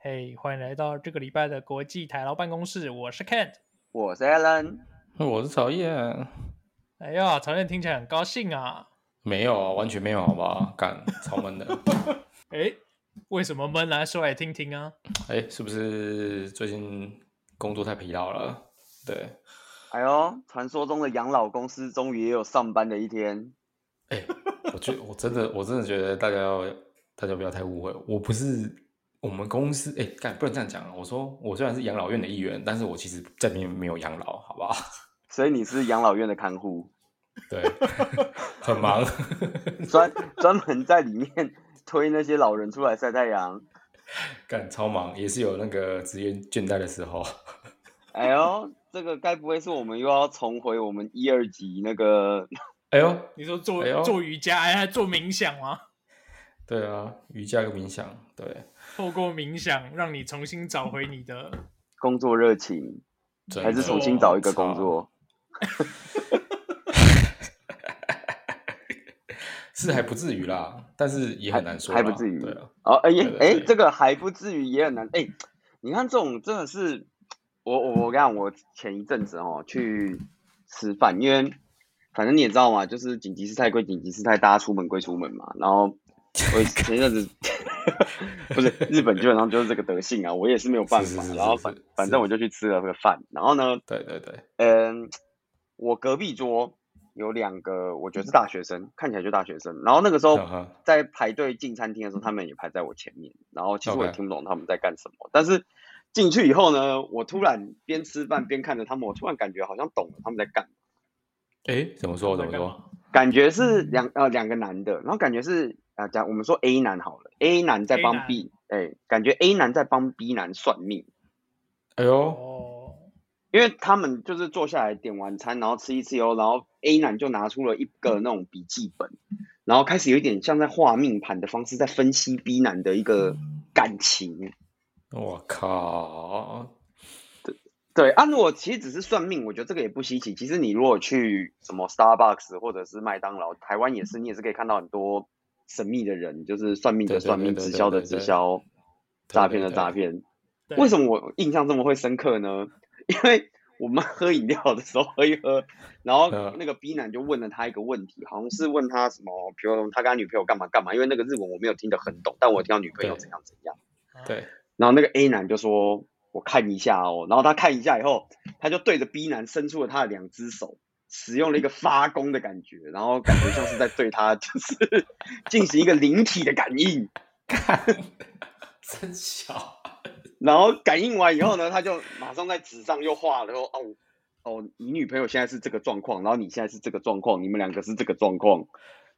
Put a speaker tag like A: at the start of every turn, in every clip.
A: 嘿欢迎来到这个礼拜的国际台劳办公室，我是 Kent。
B: 我是 Alan，
C: 我是曹燕，
A: 哎呀，曹燕听起来很高兴啊！
C: 没有啊，完全没有，好不好？干，超闷的。
A: 哎，为什么闷啊？说来听听啊！
C: 哎，是不是最近工作太疲劳了？对，
B: 哎呦，传说中的养老公司终于也有上班的一天。
C: 哎，我觉我真的我真的觉得大家要大家不要太误会，我不是我们公司哎干，不能这样讲啊。我说我虽然是养老院的一员，但是我其实这边没有养老，好不好？
B: 所以你是养老院的看护，
C: 对， 很忙。
B: 专专门在里面推那些老人出来晒太阳。
C: 干超忙，也是有那个职业倦怠的时候。
B: 哎呦，这个该不会是我们又要重回我们一二级那个？
C: 哎呦，
A: 你说做、
C: 哎呦
A: 做瑜伽，哎，还做冥想吗？
C: 对啊，瑜伽跟冥想，对，
A: 透过冥想，让你重新找回你的
B: 工作热情，
C: 真
B: 还是
C: 的
B: 重新找一个工。作？
C: 是还不至于啦，但是也很难说啦，
B: 还还不至于
C: 对啊，
B: 哦，哎
C: 对
B: 也
C: 对
B: 哎，
C: 对
B: 这个还不至于也很难。哎，你看这种真的是，我我我跟你讲，我前一阵子哦去吃饭，因为反正你也知道嘛，就是紧急事态归紧急事态，大家出门归出门嘛。然后 我前一阵子不是日本基本上就是这个德性啊，我也是没有办
C: 是
B: 法。
C: 是是
B: 然后
C: 是
B: 反
C: 是
B: 反正我就去吃了个饭，然后呢，
C: 对对对，
B: 嗯，我隔壁桌有两个，我觉得是大学生，看起来就大学生。然后那个时候
C: 嗯哼
B: 在排队进餐厅的时
A: 嗯
B: 候，他们也排在我前面，然后其实我也
C: OK
B: 听不懂他们在干什么。但是进去以后呢，我突然边吃饭边看着他们，我突然感觉好像懂了他们在干嘛，
C: 哎，怎么说怎
A: 在
C: 么
A: 干嘛
C: 说？？
B: 感觉是
A: 嗯
B: 两呃两个男的，然后感觉是啊、呃、讲我们说 A 男好了，A 男在
A: A
B: 帮
A: 男
B: B，哎，感觉 A 男在帮 B 男算命。
C: 哎呦，
A: 哦，
B: 因为他们就是坐下来点完餐，然后吃一吃以哦后，然后 A 男就拿出了一个那种笔记本，然后开始有一点像在画命盘的方式，在分析 B 男的一个感情。
C: 我靠，
B: 对，按、啊、我其实只是算命，我觉得这个也不稀奇。其实你如果去什么 Starbucks 或者是麦当劳，台湾也是，你也是可以看到很多神秘的人，就是算命的
C: 对对
B: 算命，
C: 对对
B: 直
C: 对
B: 销的
C: 对
B: 直
C: 对
B: 销，
C: 对
B: 诈
C: 对
B: 骗的
C: 对
B: 诈骗。
A: 对
B: 为什么我印象这么会深刻呢？因为我们喝饮料的时候喝一喝，然后
C: 嗯
B: 那个 B 男就问了他一个问题，好像是问他什么，比如他跟他女朋友干嘛干嘛，因为那个日文我没有听得很懂，但我听到女朋友
C: 对
B: 怎样怎样。
C: 对，
B: 然后那个 A 男就说：“我看一下哦。”然后他看一下以后，他就对着 B 男伸出了他的两只手，使用了一个发功的感觉，然后感觉像是在对他就是 进行一个灵体的感应。
C: 真小，
B: 然后感应完以后呢，他就马上在纸上又画了说：“哦哦，你女朋友现在是这个状况，然后你现在是这个状况，你们两个是这个状况。”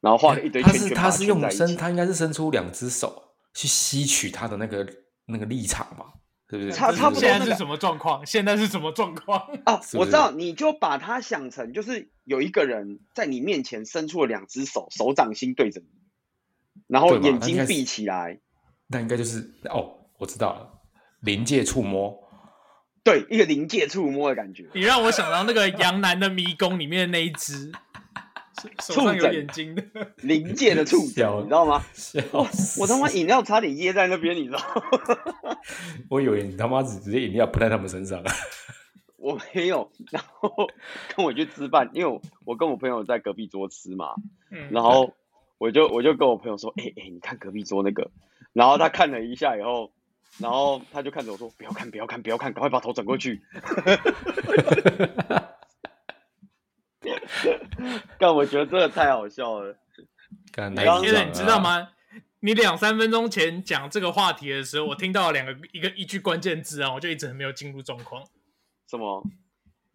B: 然后画了一堆
C: 他
B: 圈
C: 是
B: 圈，
C: 他
B: 把
C: 是
B: 圈
C: 用
B: 在一
C: 伸，
B: 起
C: 他应该是伸出两只手去吸取他的那个那个立场嘛，是不是？
B: 差
C: 是
B: 差不多
C: 是
A: 现在
B: 那
A: 是
B: 个
A: 什么状况？现在是什么状况？
B: 啊，
C: 是
B: 我
C: 不
B: 知
C: 是
B: 道，你就把它想成就是有一个人在你面前伸出了两只手，手掌心对着你，然后
C: 对嘛
B: 眼
C: 那应
B: 睛
C: 该是
B: 闭起来，
C: 那应该就是哦，我知道了，临界触摸，
B: 对，一个临界触摸的 感觉。
A: 你让我想到那个杨楠的迷宫里面的那一只，手手上
B: 触
A: 有
B: 诊
A: 眼睛的，
B: 临界的触角，
C: 小
B: 你知道 吗？
C: 笑
B: 我
C: 死
B: 他妈饮料差点噎在那边，你知道吗？
C: 我以为你他妈直接饮料喷在他们身上，
B: 我没有。然后跟我去吃饭，因为我我跟我朋友在隔壁桌吃嘛，
A: 嗯，
B: 然后我就我就跟我朋友说，哎、哎、你看隔壁桌那个，然后他看了一下以后，然后他就看着我说，不要看，不要看，不要看，赶快把头转过去。但我觉得真的太好笑了，
C: 干
B: 你
C: 太
B: 刚
C: 智
A: 因
B: 刚
A: 为
C: 障
A: 你
C: 了
A: 知
C: 啊
A: 道？吗？你两三分钟前讲这个话题的时候，我听到两个一个一句关键字啊，我就一直很没有进入状况。
B: 什么？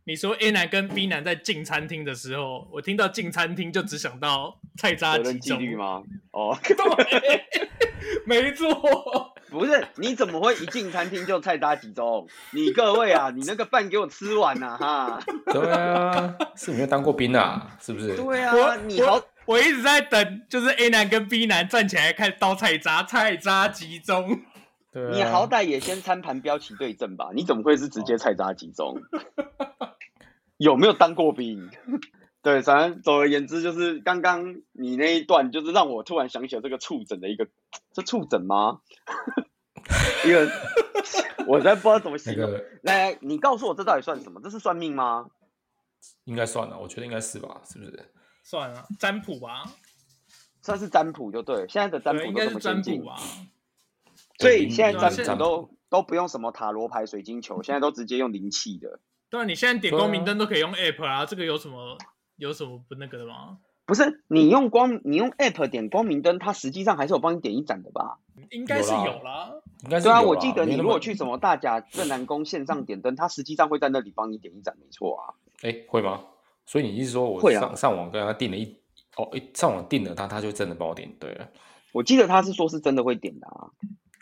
A: 你说 A 男跟 B 男在进餐厅的时候，我听到进餐厅就只想到菜渣
B: 责
A: 集
B: 任几
A: 中
B: 率？吗？哦，
A: 对，没错。
B: 不是，你怎么会一进餐厅就菜渣集中？你各位啊，你那个饭给我吃完呐、啊、哈！
C: 对啊，是没有当过兵啊，是不 是？
B: 对
A: 我
B: 啊，你好，
A: 我一直在等，就是 A 男跟 B 男站起来看刀菜渣，菜渣集中。
C: 对啊
B: 你好歹也先餐盘标旗对正吧？你怎么会是直接菜渣集 中？有没有当过兵？ 对，反正总而言之，就是刚刚你那一段，就是让我突然想起了这个触诊的一个，这触诊吗？ 一个我真不知道怎么
C: 那
B: 形容。
C: 个
B: 来来，你告诉我这到底算什么？这是算命吗？
C: 应该算了，我觉得应该是吧，是不是？
A: 算了，占卜吧，
B: 算是占卜就对了，现在的占
A: 对，
B: 卜
A: 呃应
B: 都
A: 该
B: 这
A: 是
B: 么
A: 占
B: 先
A: 卜
B: 进，
A: 吧。
B: 所
C: 对
B: 以
C: 灵
B: 现在
A: 对啊现在
B: 占卜都都不用什么塔罗牌、水晶球，现在都直接用灵气的。
A: 对啊，你现在点
C: 对
A: 光
C: 啊
A: 明灯都可以用 app 啊，这个有什么有什么不那个的吗？
B: 不是你用光，你用 App 点光明灯，它实际上还是有帮你点一盏的吧？
A: 应该是
C: 有啦
A: 有啦。
C: 应该是
B: 对啊，
C: 有
B: 我
C: 啦
B: 记得
C: 没
B: 你
C: 那
B: 如
C: 么
B: 果去什么大甲镇南宫线上点灯，它实际上会在那里帮你点一盏，没错啊。
C: 哎、会吗？所以你是说我
B: 会啊
C: 上、上网跟他订了一哦，一上网订了他，他就真的帮我订对了。
B: 我记得他是说是真的会点的啊。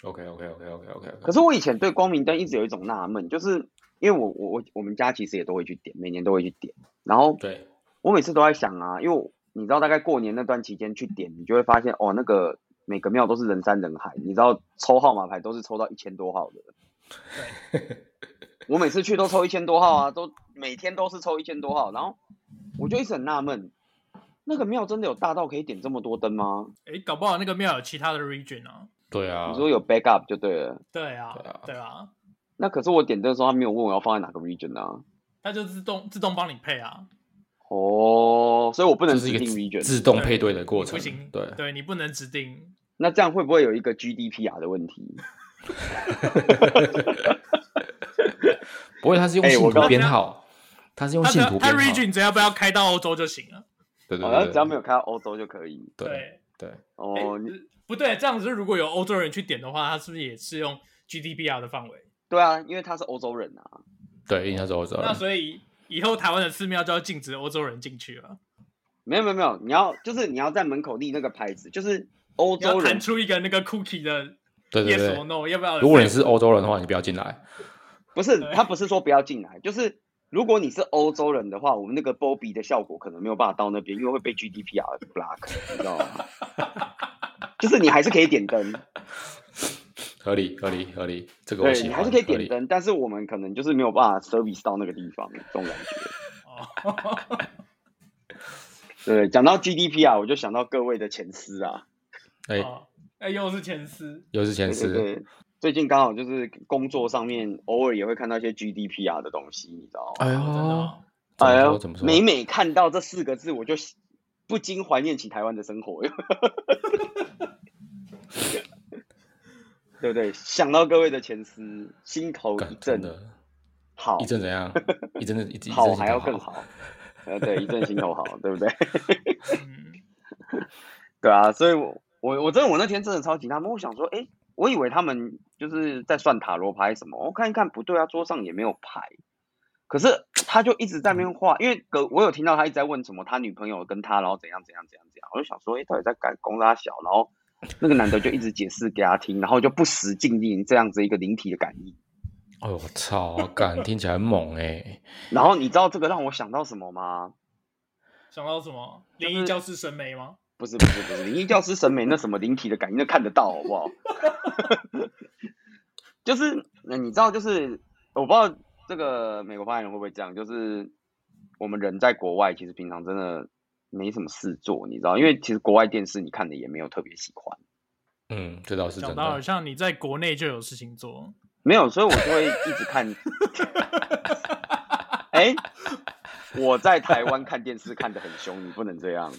C: OK OK OK OK OK OK。
B: 可是我以前对光明灯一直有一种纳闷，就是因为我我我我们家其实也都会去点，每年都会去点。然后
C: 对，
B: 我每次都在想啊，因为我你知道大概过年那段期间去点，你就会发现哦，那个每个庙都是人山人海，你知道抽号码牌都是抽到一千多号的。我每次去都抽一千多号啊，都每天都是抽一千多号，然后我就一直很纳闷，那个庙真的有大到可以点这么多灯吗？
A: 诶，搞不好那个庙有其他的 region 啊。
C: 对啊，
B: 你说有 backup 就对了。
A: 对啊
C: 对啊，
A: 对啊，
B: 那可是我点灯的时候，他没有问我要放在哪个 region 啊。
A: 它就自动自动帮你配啊，
B: 哦，所以我不能
C: 这
B: 指
C: 是一
B: 定
C: 个
B: region。
C: 自自动配对的过
A: 你不
C: 程
A: 行，，
C: 对，
A: 对你不能指定。
B: 那这样会不会有一个 GDPR 的问题？
C: 不过他是用
B: 哎
C: 信
B: 我
C: 徒
B: 刚
C: 编号，他是用
A: 它只
C: 信
A: 要
C: 徒
A: 它
C: 编号，
A: region 只要不要开到欧洲就行了。
C: 对对
B: 好像
C: 对，
B: 哦只要没有开到欧洲就可以。
C: 对
A: 对，
C: 对，
B: 哦，你
A: 诶不对，这样子如果有欧洲人去点的话，它是不是也是用 GDPR 的范围？
B: 对啊，因为他是欧洲人啊。
C: 对，印象中我知道
A: 那
C: 了，
A: 所以以后台湾的寺庙就要禁止欧洲人进去啊了，
B: 没有没有没有，你要就是你要在门口立那个牌子，就是欧
A: 要
B: 洲
A: 弹
B: 人。
A: 出一个那个 cookie 的
C: 对对
A: yes or
C: 对。
A: no，要不要？
C: 如果你是欧洲人的话，你不要进来。
B: 不是
A: 对，
B: 他不是说不要进来，就是如果你是欧洲人的话，我们那个 Bobby 的效果可能没有办法到那边，因为会被 GDPR block，你知道吗？就是你还是可以点 灯，
C: 合理合理合理，这个我
B: 对
C: 喜
B: 你
C: 欢。
B: 还是可以
C: 合
B: 点
C: 理
B: 灯，但是我们可能就是没有办法 service 到那个地方，这种感觉。
A: 哦
B: 对，讲到 GDPR，我就想到各位的前司啊，
C: 哎、
A: 哦，哎，又是前司，
C: 又是前
B: 对对
C: 四，
B: 对，最近刚好就是工作上面偶尔也会看到一些 GDPR 的东西，你知道吗？
C: 哎呦，
A: 哦真的哦
C: 怎么
B: 哎
C: 说
B: 呦
C: 怎么，说？
B: 每每看到这四个字，我就不禁怀念起台湾的生活， 对不对？想到各位的前司，心头
C: 干
B: 一
C: 真
B: 震，
C: 的，
B: 好
C: 一，阵怎样？一阵的一阵
B: 好
C: 一阵
B: 还要
C: 更
B: 更好，呃，对，一阵心头好，对不对？
A: 嗯，
B: 对啊，所以我我我真的我那天真的超级纳闷，我想说，哎，我以为他们就是在算塔罗牌什么，我看一看不对啊，桌上也没有牌，可是他就一直在那边画，因为隔我有听到他一直在问什么他女朋友跟他，然后怎样怎样怎样怎样，我就想说，哎，到底在干公拉小，然后那个男的就一直解释给他听，然后就不时进行这样子一个灵体的感应，
C: 哎呦我操，干听起来很猛哎、
B: 然后你知道这个让我想到什么吗？
A: 想到什么？
B: 就是
A: 灵异教室审美吗？
B: 不是不是不是，灵异教师审美那什么灵体的感应都看得到，好不好？ 就是那你知道，就是我不知道这个美国发言人会不会这样，就是我们人在国外，其实平常真的没什么事做，你知道，因为其实国外电视你看的也没有特别喜欢，
C: 嗯，这倒是
A: 讲
C: 真
A: 到好
C: 的。
A: 像你在国内就有事情做，
B: 没有，所以我就会一直看。 哎、我在台湾看电视看得很凶，你不能这样。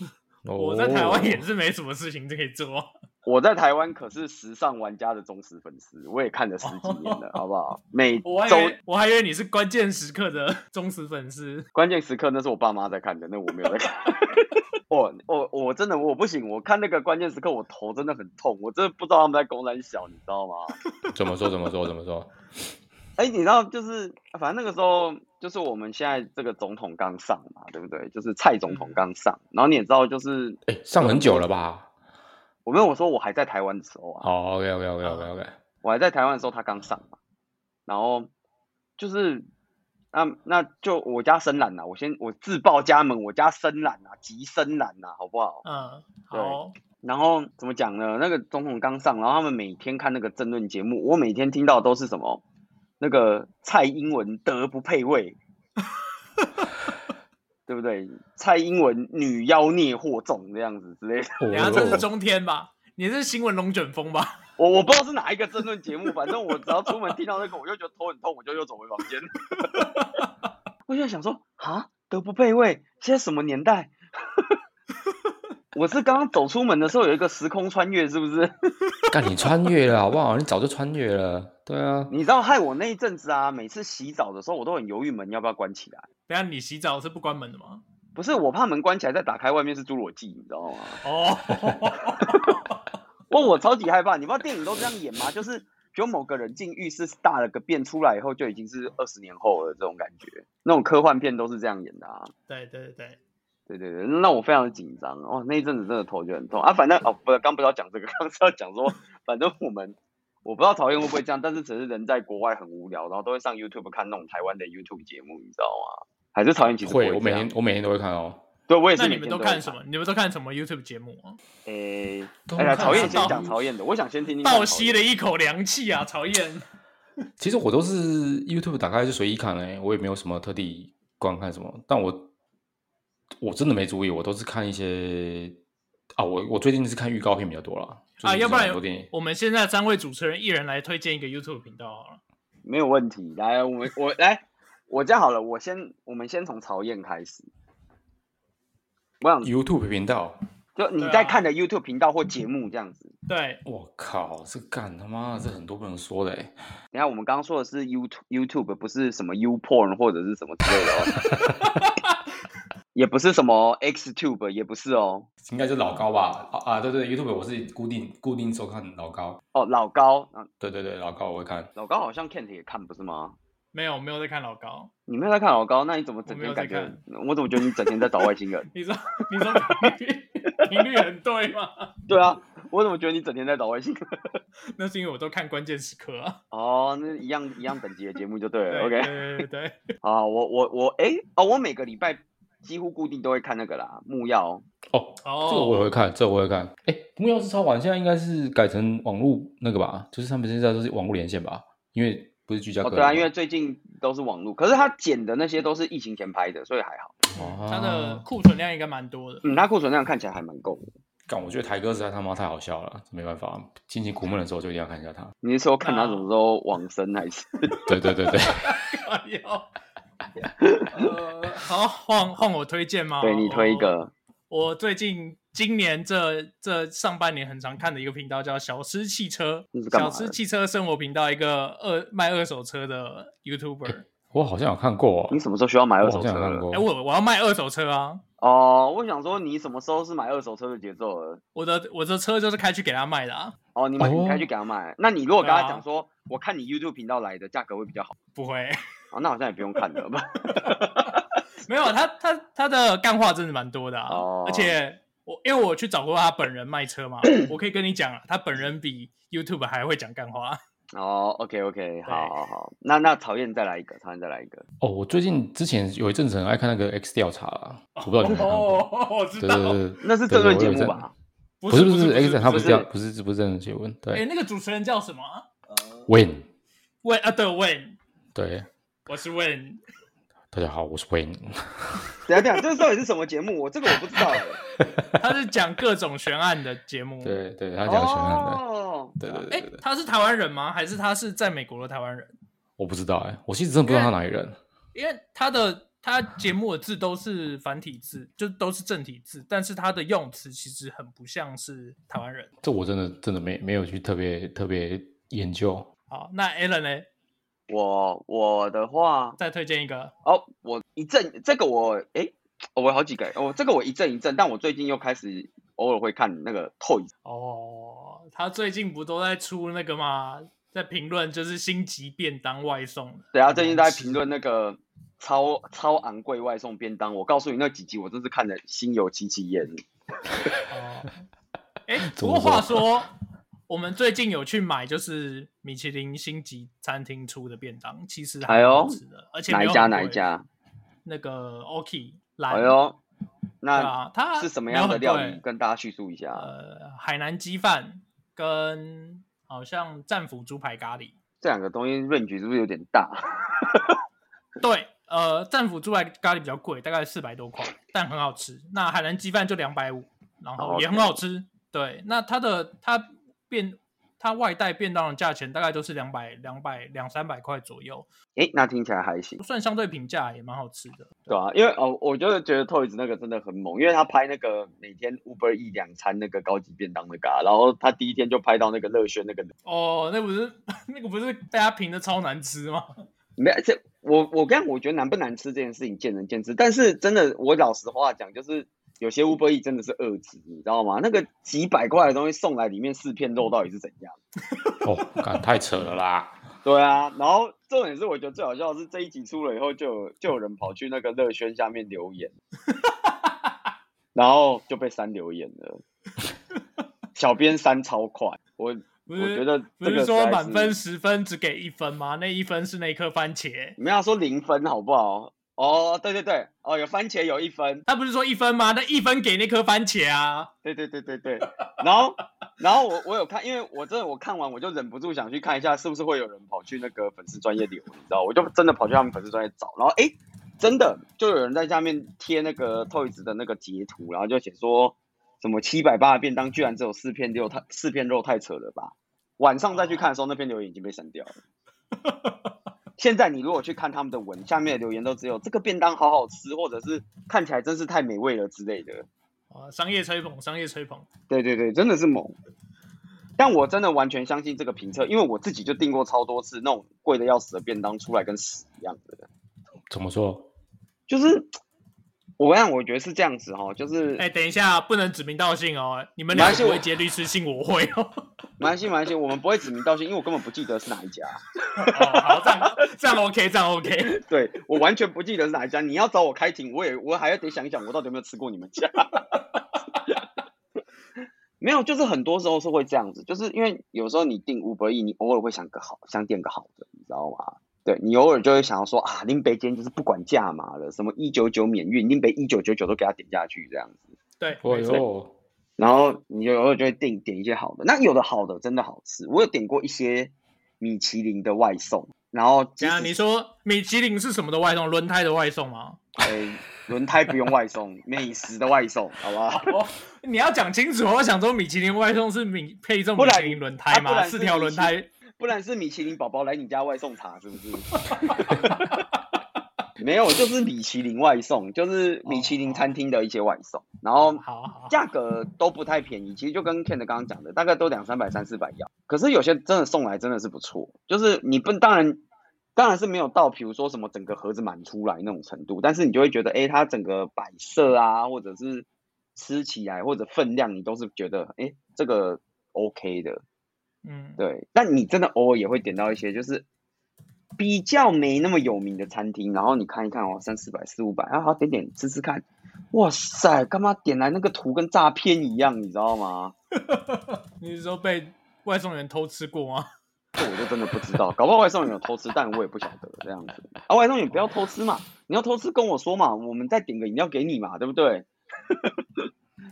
A: 我在台湾 也
C: 哦
A: 是没什么事情可以做。
B: 我在台湾可是时尚玩家的忠实粉丝，我也看了十几年 了，好不好？每
A: 我还以
B: 周
A: 为我还以为你是关键时刻的 忠实粉丝，
B: 关键时刻那是我爸妈在看的，那我没有在看。 我我我真的我不行，我看那个关键时刻我头真的很痛，我真的不知道他们在公然小，你知道吗？
C: 怎么说怎么说怎么说？
B: 哎，你知道就是反正那个时候就是我们现在这个总统刚上嘛，对不对？就是蔡总
A: 嗯
B: 统刚上，然后你也知道就是
C: 哎、上很久了 吧？
B: 我没有我说我还在台湾的时候啊，
C: 好，OK OK OK OK OK，
B: 我还在台湾的时候，他刚上嘛，然后就是那那就我家深蓝啊啦，我先我自报家门，我家深蓝啦，极深蓝啦，好不好？
A: 嗯，
B: 对
A: 好，
B: 然后怎么讲呢？那个总统刚上，然后他们每天看那个政论节目，我每天听到都是什么那个蔡英文德不配位， 对不对？蔡英文女妖孽惑众这样子之类的。
C: 哦
A: 等一下这是中天吧？你是新闻龙卷风吧？
B: 我我不知道是哪一个争论节目，反正我只要出门听到那个，我就觉得头很痛，我就又走回房间。 我就想说，啊，德不配位，现在什么年代？ 我是刚刚走出门的时候有一个时空穿越，是不是？
C: 干你穿越了好不好？你早就穿越了，对啊，
B: 你知道害我那一阵子啊，每次洗澡的时候我都很犹豫门要不要关起来，
A: 等一下你洗澡是不关门的吗？
B: 不是我怕门关起来再打开，外面是侏罗纪，你知道吗？
A: 哦，
B: 哇，我超级害怕，你不知道电影都这样演吗？就是就某个人进浴室大了个便，出来以后就已经是二十年后了，这种感觉，那种科幻片都是这样演的啊。
A: 对对对，
B: 对对对，那我非常的紧张哦，那一阵子真的头就很痛啊。反正哦，不，刚不是要讲这个， 刚是要讲说，反正我们我不知道讨厌会不会这样，但是只是人在国外很无聊，然后都会上 YouTube 看那种台湾的 YouTube 节目，你知道吗？还是讨厌其实不
C: 会，我
B: 这
C: 每
B: 样
C: 天我每天都会看哦。
B: 对我也是
A: 那
B: 每
A: 你
B: 天
A: 们
B: 都
A: 都
B: 会
A: 看什？么？你们都看什么 YouTube 节目啊？
B: 诶，
C: 都
B: 哎呀，
C: 看
B: 曹燕
A: 啊
B: 先
A: 到
B: 讲曹燕的，我想先听听看
A: 倒
B: 曹
A: 吸
B: 燕
A: 了一口凉气啊，曹燕。
C: 其实我都是 YouTube 打开就随意看嘞、我也没有什么特地观看什么，但我我真的没注意，我都是看一些啊，我我最近是看预告片比较多啦，最
A: 啊，
C: 近
A: 要不
C: 是
A: 然
C: 很多电影
A: 我们现在三位主持人一人来推荐一个 YouTube 频道好了。
B: 没有问题。来，我们我来，我这样好了，我先我们先从曹燕开始。我想
C: YouTube 频道，
B: 就你
A: 对
B: 在
A: 啊
B: 看的 YouTube 频道或节目这样子。
A: 对，
C: 我靠，这干他妈的这很多不能说的、欸，
B: 等一下我们刚刚说的是 YouTube YouTube，不是什么 YouPorn 或者是什么之类的哦， 也不是什么 XTube，也不是哦。
C: 应该就是老高吧？啊啊，对对，YouTube 我是固定固定收看老高，
B: 哦，老高，啊、
C: 对对对，老高我会看，
B: 老高好像 Kent 也看不是吗？
A: 没有没有在看老高，
B: 你没有在看老高，那你怎么整
A: 我没
B: 天
A: 有
B: 感
A: 在？
B: 觉？我怎么觉得你整天在找外星人
A: 你说 你说频率频率很对吗？
B: 对啊，我怎么觉得你整天在找外星人？
A: 那是因为我都看关键时刻啊。
B: 哦，那一样一样等级的节目就对
A: 对
B: 了。OK，
A: 对对对，
B: 好，我我我，哎、哦，我每个礼拜几乎固定都会看那个啦，木曜。
C: 哦，
A: 哦，
C: 这个我也会看，这个我也会看。哎、木曜是超晚，现在应该是改成网络那个吧？就是他们现在都是网络连线吧？因为不是居家
B: 哦，
C: 隔离
B: 对
C: 嘛、
B: 啊，因为最近都是网络，可是他剪的那些都是疫情前拍的，所以还好。
A: 嗯
C: 啊
A: 它的库存量应该蛮多的。
B: 嗯，他库存量看起来还蛮够的。
C: 干，我觉得台哥实在他妈太好笑了，没办法，心情苦闷的时候就一定要看一下他。
B: 你是说看他
A: 那
B: 什么时候往生还是？
C: 对对对对，
A: 哎呦，呃，好，换换我推荐吗？
B: 对你推一
A: 我。
B: 个
A: 我最近今年这这上半年很常看的一个频道叫小吃汽车
B: 那是，干嘛
A: 小
B: 的
A: 吃汽车生活频道，一个二卖二手车
C: 哎
A: 的 YouTuber。
C: 我好像有看过、哦
B: 你，什么时候需要买二
C: 我
B: 手
C: 好
B: 车
C: 像有看
B: 了？
C: 过。
A: 哎、我我要卖二手车啊！
B: 哦，我想说你什么时候是买二手车的节奏了？
A: 我的我的车就是开去给他卖的啊，
B: 哦，你们
C: 哦
B: 你该去给他买。那你如果跟他
A: 对啊
B: 讲说，我看你 YouTube 频道来的价格会比较好，
A: 不会，
B: 哦，那好像也不用看了吧？
A: 没有啊他他他的干话真的蛮多的啊，
B: 哦
A: 而且我因为我去找过他本人卖 车嘛，我可以跟你讲啊，他本人比 YouTube 还会讲干话。
B: 哦，OK OK，好好好，那那曹燕再来一个，曹燕再来一个。
C: 哦，我最近之前有一阵子很爱看那个 X 调查啦，我不知道你们有没有看过。
A: 哦，我知
C: 对
A: 道
C: 对，对，对
B: 那是
C: 对
B: 政论
C: 我
B: 节
C: 有
B: 目
C: 在
B: 吧？
C: 不是不是 X
A: 不
C: 调查不
B: 不
C: 是
B: 是
C: 调不是不是真人新闻，
A: 哎、
C: 对
A: 那个主持人叫什么啊
C: ，Win，
A: ？Win 啊，对 Win，
C: 对，
A: 我是 Win，
C: 大家好，我是 Win。
B: 等一下等一下，这到底是什么节目？我这个我不知道哎。
A: 他是讲各种悬案的节目。，
C: 对对， 他讲悬案的，
B: 哦，
C: 对啊对
A: 哎、
C: 对对对，
A: 他是台湾人吗？还是他是在美国的台湾人？
C: 我不知道哎，我其实真的不知道他哪里人。
A: 因为他的他节目的字都是繁体字，就都是正体字，但是他的用词其实很不像是台湾人。
C: 这我真的真的没没有去特别特别研究。
A: 好，那 Alan 呢？
B: 我我的话，
A: 再推荐一个
B: 哦，我一阵这个我诶，哦我有好几个，哦，这个我一阵一阵，但我最近又开始偶尔会看那个 Toys，
A: 哦，他最近不都在出那个吗？在评论就是星级便当外送的，
B: 对啊，最近在评论那个超超昂贵外送便当，我告诉你那几集我真是看的心有戚戚焉。
A: 哦。 哎、
C: 怎
A: 不过
C: 么说
A: 话说，我们最近有去买就是米其林星级餐厅出的便当，其实还
B: 哎呦
A: 蛮好吃的，而且
B: 哪
A: 没有
B: 一家
A: 很
B: 哪一
A: 贵？
B: 家？
A: 那个 OK
B: 哎
A: 蓝，
B: 呦，
A: 对
B: 那
A: 啊，它
B: 是什
A: 没
B: 么
A: 有
B: 样的
A: 很
B: 料
A: 贵
B: 理？跟大家叙述一下，
A: 呃，海南鸡饭跟好像战斧猪排咖喱。
B: 这两个东西润局是不是有点大？
A: 对，呃，战斧猪排咖喱比
B: 哦
A: 较贵，大概四百多块，但很好吃。那海南鸡饭就两百五，然后也很好吃。对，那它的它便它外带便当的价钱大概都是两百两百两三百块左右，
B: 哎，那听起来还行，
A: 算相对平价，也蛮好吃的。
B: 对啊，因为哦，我就是觉得 Toys 那个真的很猛，因为他拍那个每天 Uber E 两餐那个高级便当的嘎，然后他第一天就拍到那个乐轩那个，
A: 哦，那不是 那个不是大家评的超难吃吗？
B: 没这我我刚我觉得难不难吃这件事情见仁见智，但是真的我老实话讲，就是有些 Uber E 真的是恶质，你知道吗？那个几百块的东西送来，里面四片肉到底是怎样？
C: 哦，干太扯了啦！
B: 对啊，然后重点是我觉得最好笑的是这一集出了以后就有，就有人跑去那个乐轩下面留 言，然后就被删留言 了。小编删超快，我
A: 不
B: 我
A: 是
B: 觉得
A: 不
B: 这
A: 是
B: 个
A: 说
B: 实在
A: 满分十分只给一分吗？那一分是那一颗番茄。啊
B: 你们要说零分好不好？哦，对对对，哦有番茄有一分，
A: 他不是说一分吗？那一分给那颗番茄啊！
B: 对对对对对，然后然后我我有看，因为我真的我看完我就忍不住想去看一下是不是会有人跑去那个粉丝专业留，你知道，我就真的跑去他们粉丝专业找，然后诶，真的就有人在下面贴那个 Toys 的那个截图，然后就写说什么七百八的便当居然只有四片肉，太四片肉太扯了吧！晚上再去看的时候，那篇留言已经被删掉了。现在你如果去看他们的文，下面的留言都只有这个便当好好吃，或者是看起来真是太美味了之类的。
A: 啊，商业吹捧，商业吹捧。
B: 对对对，真的是猛。但我真的完全相信这个评测，因为我自己就订过超多次那种贵的要死的便当，出来跟屎一样的。
C: 怎么说？
B: 就是我跟你讲，我觉得是这样子哈，就是
A: 哎、等一下，不能指名道姓哦。你们
B: 没
A: 俩
B: 关系
A: 不会
B: 我
A: 接律师信，我会哦。
B: 蛮关系没关系我们不会指名道姓，因为我根本不记得是哪一家。
A: 哦好，这样这样 OK，这样 OK。
B: 对我完全不记得是哪一家。你要找我开庭，我也我还要得想一想，我到底有没有吃过你们家。 没有，就是很多时候是会这样子，就是因为有时候你订 Uber E，你偶尔会想个好，想点个好的，你知道吗？对你偶尔就会想要说啊，林北今天就是不管价码了，什么一九九免运，林北一九九九都给他点下去这样子。
A: 对，
C: 哦
A: 没错
C: 哟，
B: 然后你偶尔就会订点一些好的，那有的好的真的好吃，我有点过一些米其林的外送，然后即
A: 等一下
B: 使
A: 你说米其林是什么的外送？轮胎的外送吗？
B: 哎，轮胎不用外送，美食的外送，好不好？
A: 哦，你要讲清楚。我想说，米其林外送是米配这种
B: 不
A: 米
B: 然
A: 其林轮胎
B: 啊不
A: 吗？
B: 然是
A: 四条轮胎。
B: 不然是米其林宝宝来你家外送茶，是不是？没有，就是米其林外送，就是米其林餐厅的一些外送，然后
A: 好好，
B: 价格都不太便宜，其实就跟 Ken 的刚刚讲的，大概都两三百、三四百要。可是有些真的送来真的是不错，就是你不当然当然是没有到，比如说什么整个盒子满出来那种程度，但是你就会觉得，哎、它整个摆设啊，或者是吃起来或者分量，你都是觉得，哎、这个 OK 的。
A: 嗯，
B: 对，但你真的偶尔也会点到一些就是比较没那么有名的餐厅，然后你看一看哦，三四百、四五百，啊，好点点吃吃看。哇塞，干嘛点来那个图跟诈骗一样，你知道吗？
A: 你是说被外送员偷吃过吗？
B: 这我就真的不知道，搞不好外送员有偷吃，但我也不晓得这样子。啊，外送员不要偷吃嘛，你要偷吃跟我说嘛，我们再点个饮料给你嘛，对不对？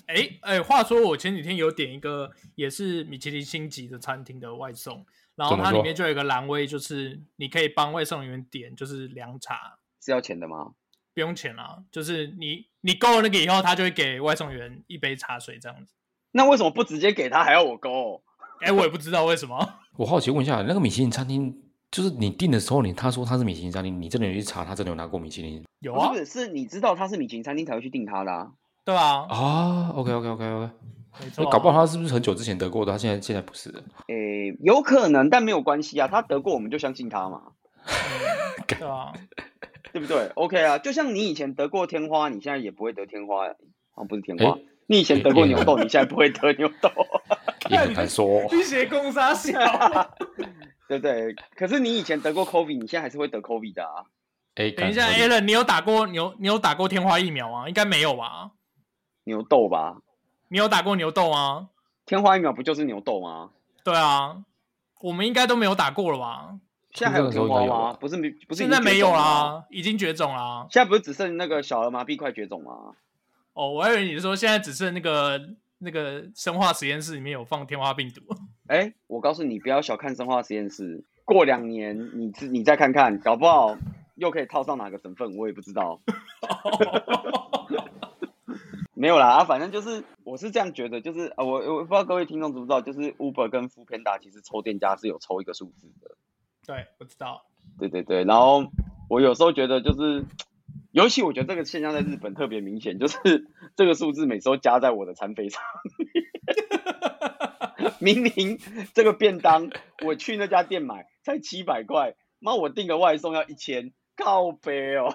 A: 哎、哎、话说我前几天有点一个也是米其林星级的餐厅的外送，然后
C: 怎么
A: 它
C: 说
A: 里面就有一个栏位，就是你可以帮外送员点就是凉茶，
B: 是要钱的吗？
A: 不用钱啊，就是你你够了那个以后，他就会给外送员一杯茶水这样子。
B: 那为什么不直接给他，还要我勾？
A: 哎、我也不知道为什么，
C: 我好奇问一下，那个米其林餐厅，就是你订的时候，你他说他是米其林餐厅，你真的有去查，他真的有拿过米其林
A: 有
B: 不是
A: 啊
B: 不，是，是你知道他是米其林餐厅才会去订他的啊。
A: 对啊，
C: 啊？OK OK OK OK，
A: 没错
C: 那
A: 啊、
C: 哎搞不好他是不是很久之前得过的？他现在现在不是了，
B: 诶、有可能，但没有关系啊，他得过我们就相信他嘛，
A: 嗯对啊，
B: 对不对？OK 啊，就像你以前得过天花，你现在也不会得天花啊，不是天花，
C: 诶
B: 你以前得过牛痘，你现在不会得牛痘，
C: 也很难说哦。
A: 辟邪攻杀小。
B: 对不对？可是你以前得过 COVID，你现在还是会得 COVID 的啊。
C: 哎，
A: 等一
C: 干
A: 下
C: 合理
A: ，Alan，你有打过你有你有打过天花疫苗吗？应该没有吧？
B: 牛痘吧，
A: 你有打过牛痘吗？
B: 天花疫苗不就是牛痘吗？
A: 对啊，我们应该都没有打过了吧？
B: 现在还有天花
C: 那个时候应该有
B: 吗
C: 吧？
B: 不是，不是
A: 现在没有啊
B: 啦。
A: 啦，已经绝种啦。
B: 现在不是只剩那个小儿麻痹快绝种吗？
A: 哦，我还以为你说现在只剩那个那个生化实验室里面有放天花病毒。
B: 哎，我告诉你，不要小看生化实验室，过两年你自你再看看，搞不好又可以套上哪个成分，我也不知道。 没有啦，啊，反正就是我是这样觉得，就是啊，我我不知道各位听众知不知道，就是 Uber 跟 f o o p a n d a 其实抽店家是有抽一个数字的，
A: 对，我知道。
B: 对对对。然后我有时候觉得就是，尤其我觉得这个现象在日本特别明显，就是这个数字每次都加在我的餐费上。 明明这个便当我去那家店买才七百块，妈我订个外送要一千，靠北哦，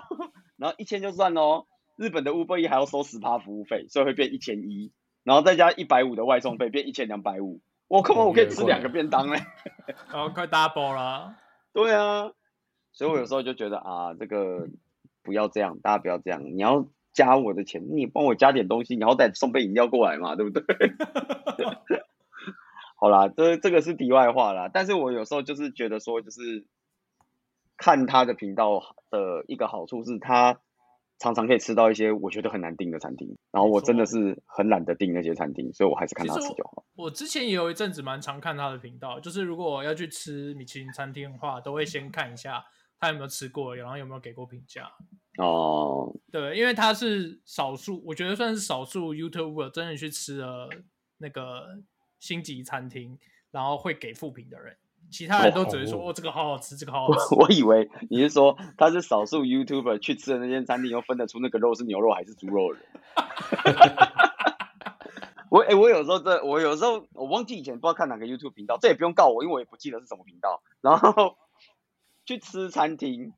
B: 然后一千就算喽，日本的 Uber E 还要收十趴服务费，所以会变一千一，然后再加一百五的外送费，变一千两百五。我靠，我可以吃两个便当嘞！欸
A: 然后哦快 double 啦，
B: 对啊，所以我有时候就觉得啊，这个不要这样，大家不要这样，你要加我的钱，你帮我加点东西，你好歹送杯饮料过来嘛，对不 对？好啦，这这个是题外话啦，但是我有时候就是觉得说，就是看他的频道的一个好处是，他常常可以吃到一些我觉得很难订的餐厅，然后我真的是很懒得订那些餐厅，所以我还是看他
A: 其实
B: 吃就好。
A: 我之前也有一阵子蛮常看他的频道，就是如果我要去吃米其林餐厅的话，都会先看一下他有没有吃过，然后有没有给过评价。
B: 哦，
A: 对，因为他是少数，我觉得算是少数 YouTuber 真的去吃了那个星级餐厅，然后会给负评的人。其他人都只是说
C: 哦
A: 哦，这个好好吃，这个好好吃。
B: 我我以为你是说他是少数 YouTuber 去吃的那间餐厅，又分得出那个肉是牛肉还是猪肉的人。 我哎、我有时候这，我有时候我忘记以前不知道看哪个 YouTube 频道，这也不用告我，因为我也不记得是什么频道。然后去吃餐厅，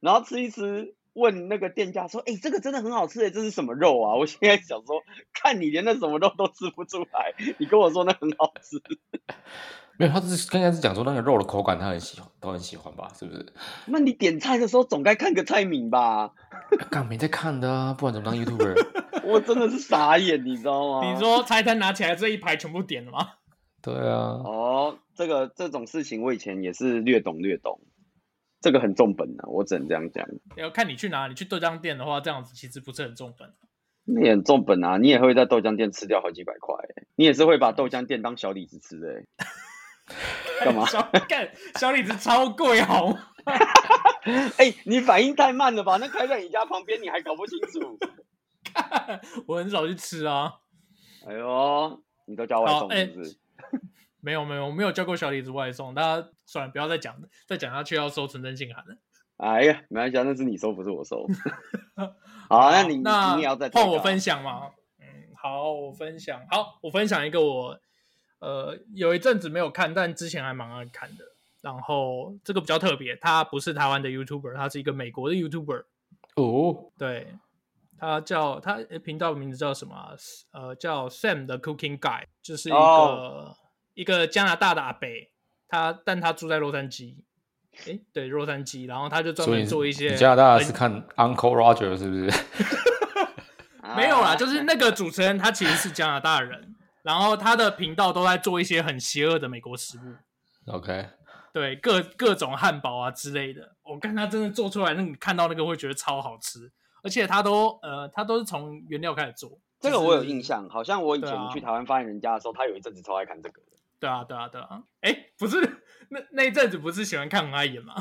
B: 然后吃一吃，问那个店家说：“哎、这个真的很好吃诶，这是什么肉啊？”我 现在想说，看你连那什么肉都吃不出来，你跟我说那很好吃，
C: 没有，他只是刚开始讲说那个肉的口感他很喜欢，都很喜欢吧？是不是？
B: 那你点菜的时候总该看个菜名吧？
C: 干没在看的啊，不然怎么当 YouTuber？
B: 我真的是傻眼，你知道吗？
A: 你说菜单拿起来这一排全部点了吗？
C: 对啊，
B: 哦，这个这种事情我以前也是略懂略懂，这个很重本啊，我只能这样讲，
A: 要看你去哪里，去豆浆店的话，这样子其实不是很重本。
B: 那也很重本啊，你也会在豆浆店吃掉好几百块欸、你也是会把豆浆店当小李子吃的、欸，干嘛
A: 小干小李子超贵好吗？
B: 哎、你反应太慢了吧？那开在你家旁边，你还搞不清楚？
A: 我很少去吃啊。
B: 哎呦，你都叫外
A: 好
B: 送
A: 哎
B: 是不是？
A: 没有没有，我没有叫过小李子外送。大家算了，不要再讲，再讲下去要收存真信函了。
B: 哎呀，没关系啊，那是你收，不是 我收。好，那你
A: 那
B: 你也要再啊
A: 换我
B: 分
A: 分享嘛？嗯，好，我分享。好，我分享一个我呃有一阵子没有看，但之前还蛮爱看的。然后这个比较特别，他不是台湾的 YouTuber，他是一个美国的 YouTuber。
C: 哦，
A: 对，他叫他诶频道名字叫什么啊、呃，叫 Sam 的 Cooking Guy，就是一个、
B: 哦
A: 一个加拿大的阿伯，他但他住在洛杉矶。诶，对，洛杉矶，然后他就专
C: 所以
A: 门做一些
C: 你加拿大
A: 很
C: 是看 Uncle Roger 是不是？
B: 啊
A: 没有啦，就是那个主持人他其实是加拿大人，然后他的频道都在做一些很邪恶的美国食物，
C: OK，
A: 对各各种汉堡啊之类的。我看他真的做出来，那你看到那个会觉得超好吃，而且他都呃他都是从原料开始做。
B: 这
A: 就
B: 个
A: 是
B: 我有印，象，好像我以
A: 对
B: 前
A: 啊
B: 去台湾发现人家的时候，他有一阵子超爱看这个的。
A: 对啊对啊对啊。哎，不是那那一阵子不是喜欢看很爱演吗？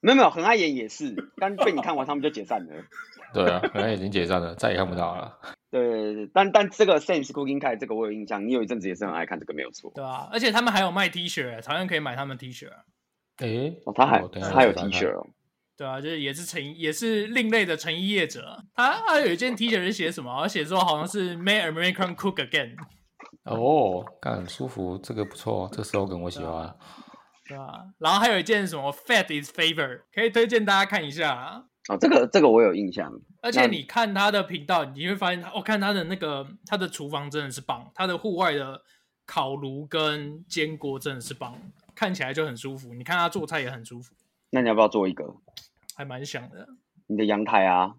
B: 没有没有，很爱演也是，但被你看 完他们就解散了。
C: 对啊，原来已经解散了，再也看不到了。
B: 对对对，但但这个 Sam's Cooking Guy 这个我有印象，你有一阵子也是很爱看这个，没有错。
A: 对啊，而且他们还有卖 T 恤，好像可以买他们 T 恤。啊
C: 诶，
B: 哦，他还
C: 我等一下
B: 他有
C: 去
B: T
C: 看看
B: 恤哦，
A: 对啊，就是也是成也是另类的成衣业者。他他有一件 T 恤是写什么？好像写说好像是 “May American Cook Again”，
C: 哦，干舒服，这个不错，这 slogan 我喜欢。
A: 对吧、然后还有一件什么 “Fat is favor”，可以推荐大家看一下啊。
B: 哦，这个这个我有印象。
A: 而且你看他的频道，你会发现他，我、看他的那个他的厨房真的是棒，他的户外的烤炉跟煎锅真的是棒，看起来就很舒服。你看他做菜也很舒服，
B: 那你要不要做一个？
A: 还蛮香的。
B: 你的阳台啊，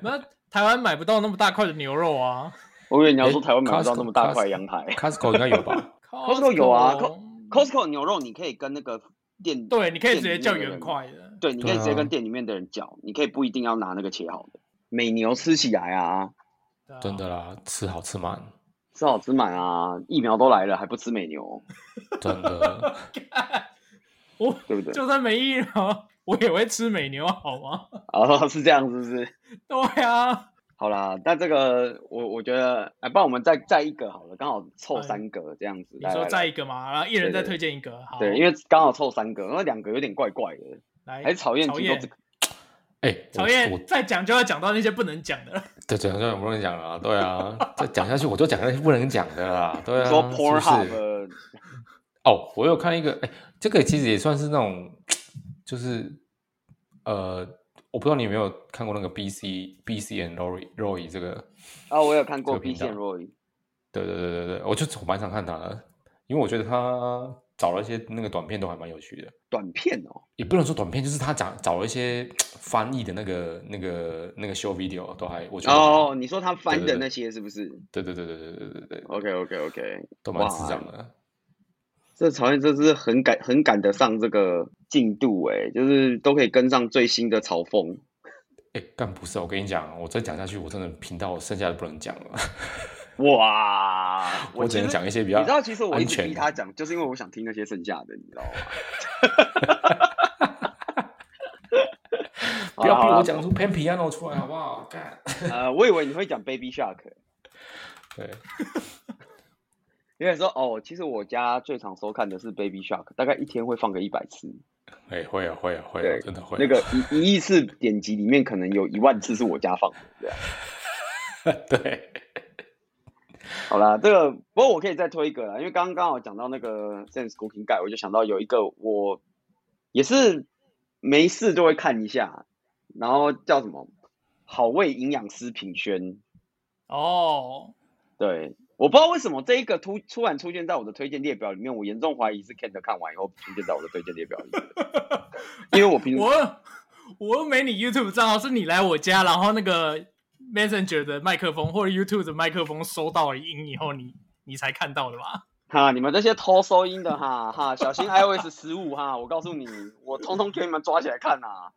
A: 那台湾买不到那么大块的牛肉 啊
B: 我以为你要
C: 诶
B: 说台湾买不到
C: Costco-
B: 那么大块的
C: Costco-
B: 阳台。
C: Costco 应该有吧？
B: Costco 有啊
A: Costco-
B: Costco 牛肉你可以跟那个店，
A: 对，你可以直接叫
B: 店
A: 原
B: 里面的人
A: 块的。
B: 对，你可以
C: 对
B: 直接
C: 啊
B: 跟店里面的人叫，你可以不一定要拿那个切好的。美牛吃起来啊，
A: 对啊
C: 真的啦，吃好吃满，
B: 吃好吃满啊，疫苗都来了还不吃美牛，
C: 真的。
A: 我
B: 对不对？
A: 就算没疫苗，我也会吃美牛，好吗？
B: 哦，是这样，是不是？
A: 对啊，
B: 好啦，那这个我我觉得，哎，不然我们再再一个好了，刚好凑三个这样
A: 哎
B: 子。
A: 你
B: 来
A: 说
B: 来
A: 再
B: 来
A: 一个嘛，然后一人再
B: 对对
A: 推荐一个，好，
B: 对，因为刚好凑三个，那两个有点怪怪的，
A: 来
B: 还是讨厌
A: 哎曹
B: 极都这
A: 燕
B: 个，
C: 哎、
A: 曹
C: 我我
A: 燕再讲就要讲到那些不能讲的了，
C: 对讲下去我不能讲了啊，对啊，再讲下去我就讲那些不能讲的啦，对啊，
B: 说
C: 是不
B: Pornhub
C: 是
B: 呃
C: 哦，我有看一个，哎、这个其实也算是那种，就是呃，我不知道你有没有看过那个 B C B C and Roy Roy 这个，
B: 啊，我有看过
C: 这个
B: B
C: 频道
B: 线 Roy，
C: 对对对对对，我就我蛮常看他的，因为我觉得他找了一些那个短片都还蛮有趣的，
B: 短片哦，
C: 也不能说短片，就是他讲找了一些翻译的那个那个那个 show video 都还，我觉得
B: 哦，
C: 蛮，
B: 你说他翻
C: 对
B: 的
C: 对
B: 那些是不是
C: 对对对对对对对对，
B: ？OK OK OK，
C: 都蛮
B: 哇
C: 智障的。
B: 这曹燕真是很赶很赶得上这个进度哎，就是都可以跟上最新的潮风。
C: 哎，干不是啊，我跟你讲，我再讲下去，我真的频道剩下的不能讲了，
B: 哇！
C: 我只能
B: 其实
C: 讲一些比较
B: 你知道，其实我一直
C: 安全啊
B: 逼
C: 的
B: 他讲，就是因为我想听那些剩下的，你知道吗？
C: 不要
B: 好
C: 逼
B: 啦
C: 我。讲出 Pan Piano 出来好不好？干，
B: 好啦呃，我以为你会讲 Baby Shark，
C: 对，
B: 因为说哦，其实我家最常收看的是 Baby Shark，大概一天会放个一百次。
C: 哎，会啊，会啊，会啊
B: 对，
C: 真的会啊。
B: 那个一一亿次点击里面，可能有一万次是我家放的。这样
C: 对，
B: 好啦，这个不过我可以再推一个啦，因为刚刚刚好讲到那个 Sense Cooking Guy，我就想到有一个我也是没事就会看一下，然后叫什么好味营养师品轩，
A: 哦，
B: 对，我不知道为什么这一个突突然出现在我的推荐列表里面，我严重怀疑是 Kent 看完以后出现在我的推荐列表里面，因为我平时
A: 我我又没你 YouTube 账号，是你来我家，然后那个 Messenger 的麦克风或者 YouTube 的麦克风收到音以后，你你才看到的吧？
B: 哈，你们这些偷收音的哈哈，小心 iOS 失误哈，我告诉你，我通通给你们抓起来看呐、啊。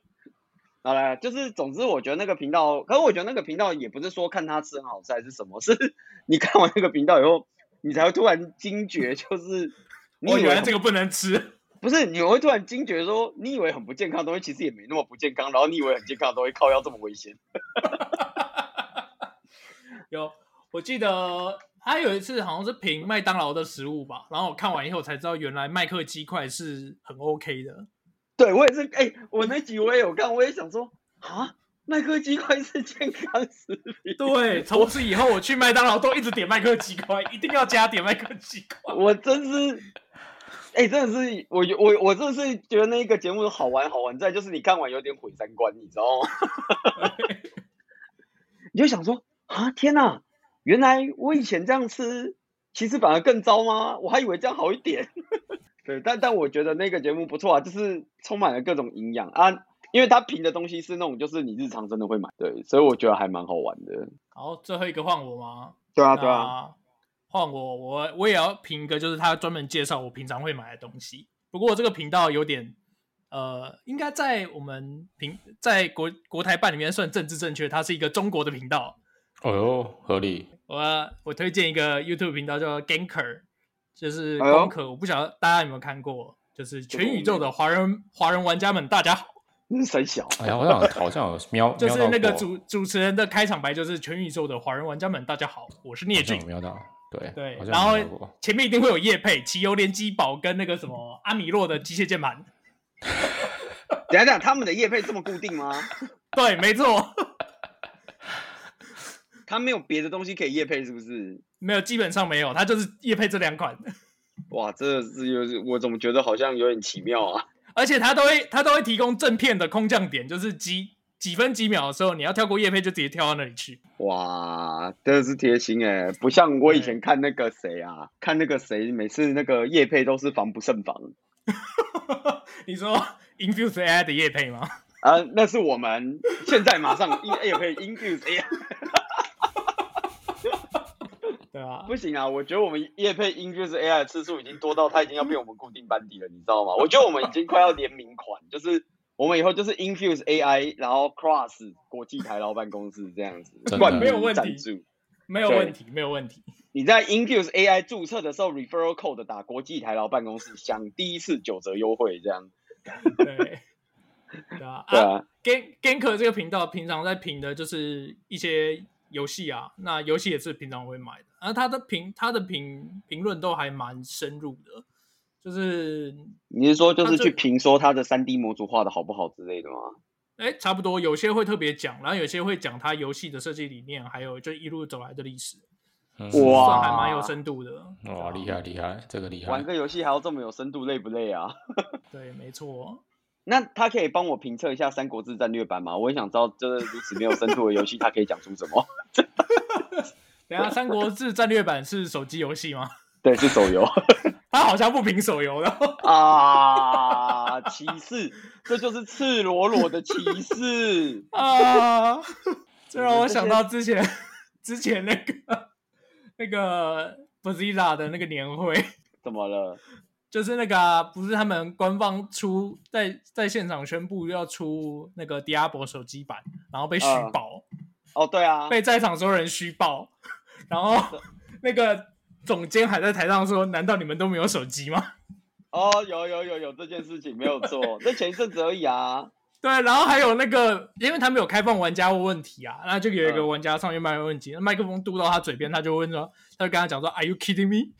B: 好了，就是总之，我觉得那个频道，可是我觉得那个频道也不是说看他吃很好吃还是什么，是你看完那个频道以后，你才会突然惊觉，就是你以
A: 我
B: 为
A: 哦原来
B: 很
A: 这个不能吃，
B: 不是，你会突然惊觉说，你以为很不健康的东西，其实也没那么不健康，然后你以为很健康的东西，靠腰这么危险。
A: 有我记得。他有一次好像是评麦当劳的食物吧，然后我看完以后才知道，原来麦克鸡块是很 OK 的。
B: 对我也是，哎、我那集我也有看，我也想说，啊，麦克鸡块是健康食品，
A: 对，从此以后我去麦当劳都一直点麦克鸡块，一定要加点麦克鸡块。
B: 我真是，哎、真的是，我我我真的是觉得那一个节目好玩好玩在，就是你看完有点毁三观，你知道吗？ 你就想说，啊，天哪、原来我以前这样吃，其实反而更糟吗？我还以为这样好一点。 对，但但我觉得那个节目不错啊，就是充满了各种营养啊，因为它评的东西是那种就是你日常真的会买，对，所以我觉得还蛮好玩的。
A: 好，最后一个换我吗？
B: 对啊，
A: 那
B: 对啊，
A: 换我，我我也要评一个，就是他专门介绍我平常会买的东西。不过我这个频道有点，呃，应该在我们平在国国台办里面算政治正确，它是一个中国的频道。
C: 哦哟，合理。
A: 我我推荐一个 YouTube 频道叫 Ganker，就是
B: 哎呦
A: 攻壳、我不晓得大家有没有看过，就是
B: 这个
A: 全
B: 我
A: 宇
B: 没
A: 宙
B: 有
A: 的华人华人玩家们，大家好。
B: 那是三小，啊
C: 哎呀，好像好像有瞄，
A: 就是那个
C: 主
A: 主主持人的开场白就是全宇宙的华人玩家们，大家好，我是聂俊。
C: 瞄到，对
A: 对
C: 好，像
A: 然后
C: 有瞄过
A: 前面一定会有叶配、奇油连机宝跟那个什么阿米洛的机械键盘。
B: 等一下等一下，他们的业配这么固定吗？
A: 对，没错，
B: 他没有别的东西可以业配是不是？
A: 没有，基本上没有，它就是叶配这两款，
B: 哇，这是有我怎么觉得好像有点奇妙啊？
A: 而且它都会它都会提供正片的空降点，就是几几分几秒的时候，你要跳过叶配就直接跳到那里去。
B: 哇，真的是贴心哎、不像我以前看那个谁啊，看那个谁，每次那个叶配都是防不胜防
A: 你说 Infuse AI 的叶配吗？
B: 啊，那是我们现在马上因叶配 infuse，哎呀，
A: 对吧？
B: 不行啊，我觉得我们叶配 infuse AI 的次数已经多到它已经要变我们固定班底了，你知道吗？我觉得我们已经快要联名款，就是我们以后就是 infuse AI，然后 cross 国际台劳办公室这样子
C: 真的
B: 冠名
A: 没有问题
B: 赞助。
A: 没有
B: 对
A: 问题，没有 问题。
B: 你在 Infuse AI 注册的时候，referral code 打国际台劳办公室，享第一次九折优惠，这样
A: 对，对啊，
B: 对
A: 啊
B: 啊，
A: ，Gan Ganker 这个频道平常在评的就是一些游戏啊，那游戏也是平常我会买的，啊，他的评他的评评论都还蛮深入的，就是
B: 你是说就
A: 他
B: 是
A: 啊这
B: 去评说他的三 D 模组画的好不好之类的吗？
A: 哎，差不多，有些会特别讲，然后有些会讲他游戏的设计理念，还有就一路走来的历史，
C: 嗯
B: 哇
A: 算还蛮有深度的。
C: 哇，厉害厉害，这个
A: 啊
C: 厉害
B: 玩。个游戏还要这么有深度，累不累啊？
A: 对，没错。
B: 那他可以帮我评测一下《三国志战略版》吗？我也想知道，就是如此没有深度的游戏，他可以讲出什么？
A: 等一下，《三国志战略版》是手机游戏吗？
B: 对，是手 游
A: 他好像不评手游的。
B: 啊，歧视，这就是赤裸裸的歧视。
A: 啊， 这让
B: 你们
A: 我
B: 这
A: 想
B: 些
A: 到之前 之前那个 那个 b z i l a 的那个年会，
B: 怎么了？
A: 就是那个啊、不是他们官方出在在现场宣布要出那个 Diablo 手机版，然后被虚
B: 嗯
A: 报，
B: 哦，对啊，
A: 被在场所有人虚报，然后那个总监还在台上说：“难道你们都没有手机吗？”
B: 哦，有有有有这件事情没有错，这前一阵子而已啊。
A: 对，然后还有那个，因为他们有开放玩家问问题啊，那就有一个
B: 嗯
A: 玩家上去麦克问题，那麦克风嘟到他嘴边，他就问说，他就跟他讲说，Are you kidding me？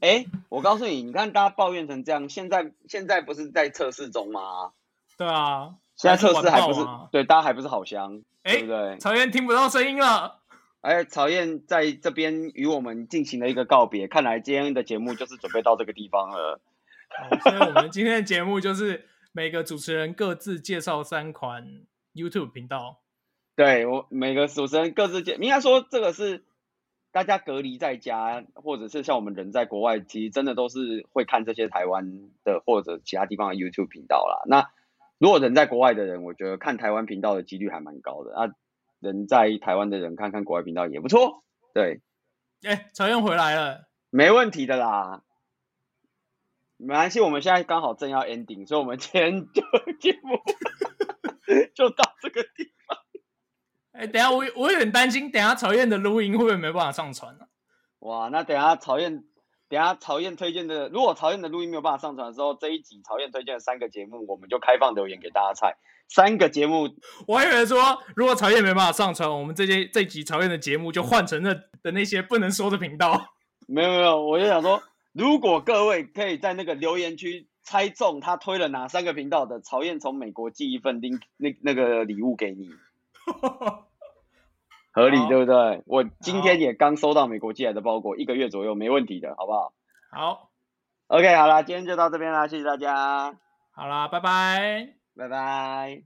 B: 哎，我告诉你，你看大家抱怨成这样，现在现在不是在测试中吗？
A: 对啊，
B: 现在测试还
A: 还
B: 不
A: 是
B: 是
A: 玩爆啊
B: 对，大家还不是好香，对
A: 哎
B: 不，对？
A: 曹源听不到声音了，
B: 哎，曹燕在这边与我们进行了一个告别，看来今天的节目就是准备到这个地方了。
A: 好所以我们今天的节目就是每个主持人各自介绍三款 YouTube 频道，
B: 对我每个主持人各自介，应该说这个是大家隔离在家，或者是像我们人在国外，其实真的都是会看这些台湾的或者其他地方的 YouTube 频道啦。那如果人在国外的人，我觉得看台湾频道的几率还蛮高的啊。人在台湾的人看看国外频道也不错，对，
A: 哎，曹源回来了，
B: 没问题的啦。没关系，我们现在刚好正要 ending，所以我们今天就 节目就到这个地
A: 哎，等一下我我有点担心，等一下曹源的录音会不会没办法上传啊？
B: 哇，那等一下曹燕，等一下曹燕推荐的，如果曹燕的录音没有办法上传的时候，这一集曹燕推荐的三个节目，我们就开放留言给大家猜。三个节目，
A: 我还以为说，如果曹源没办法上传，我们这些这集曹源的节目就换成那的那些不能说的频道。
B: 没有没有，我就想说，如果各位可以在那个留言区猜中他推了哪三个频道的，曹燕从美国寄一份拎那那个礼物给你，合理
A: 好
B: 对不对？我今
A: 好
B: 天也刚收到美国寄来的包裹，一个月左右没问题的，好不好
A: 好，
B: ？OK，好啦，今天就到这边啦，谢谢大家，
A: 好啦，拜拜。
B: 拜拜。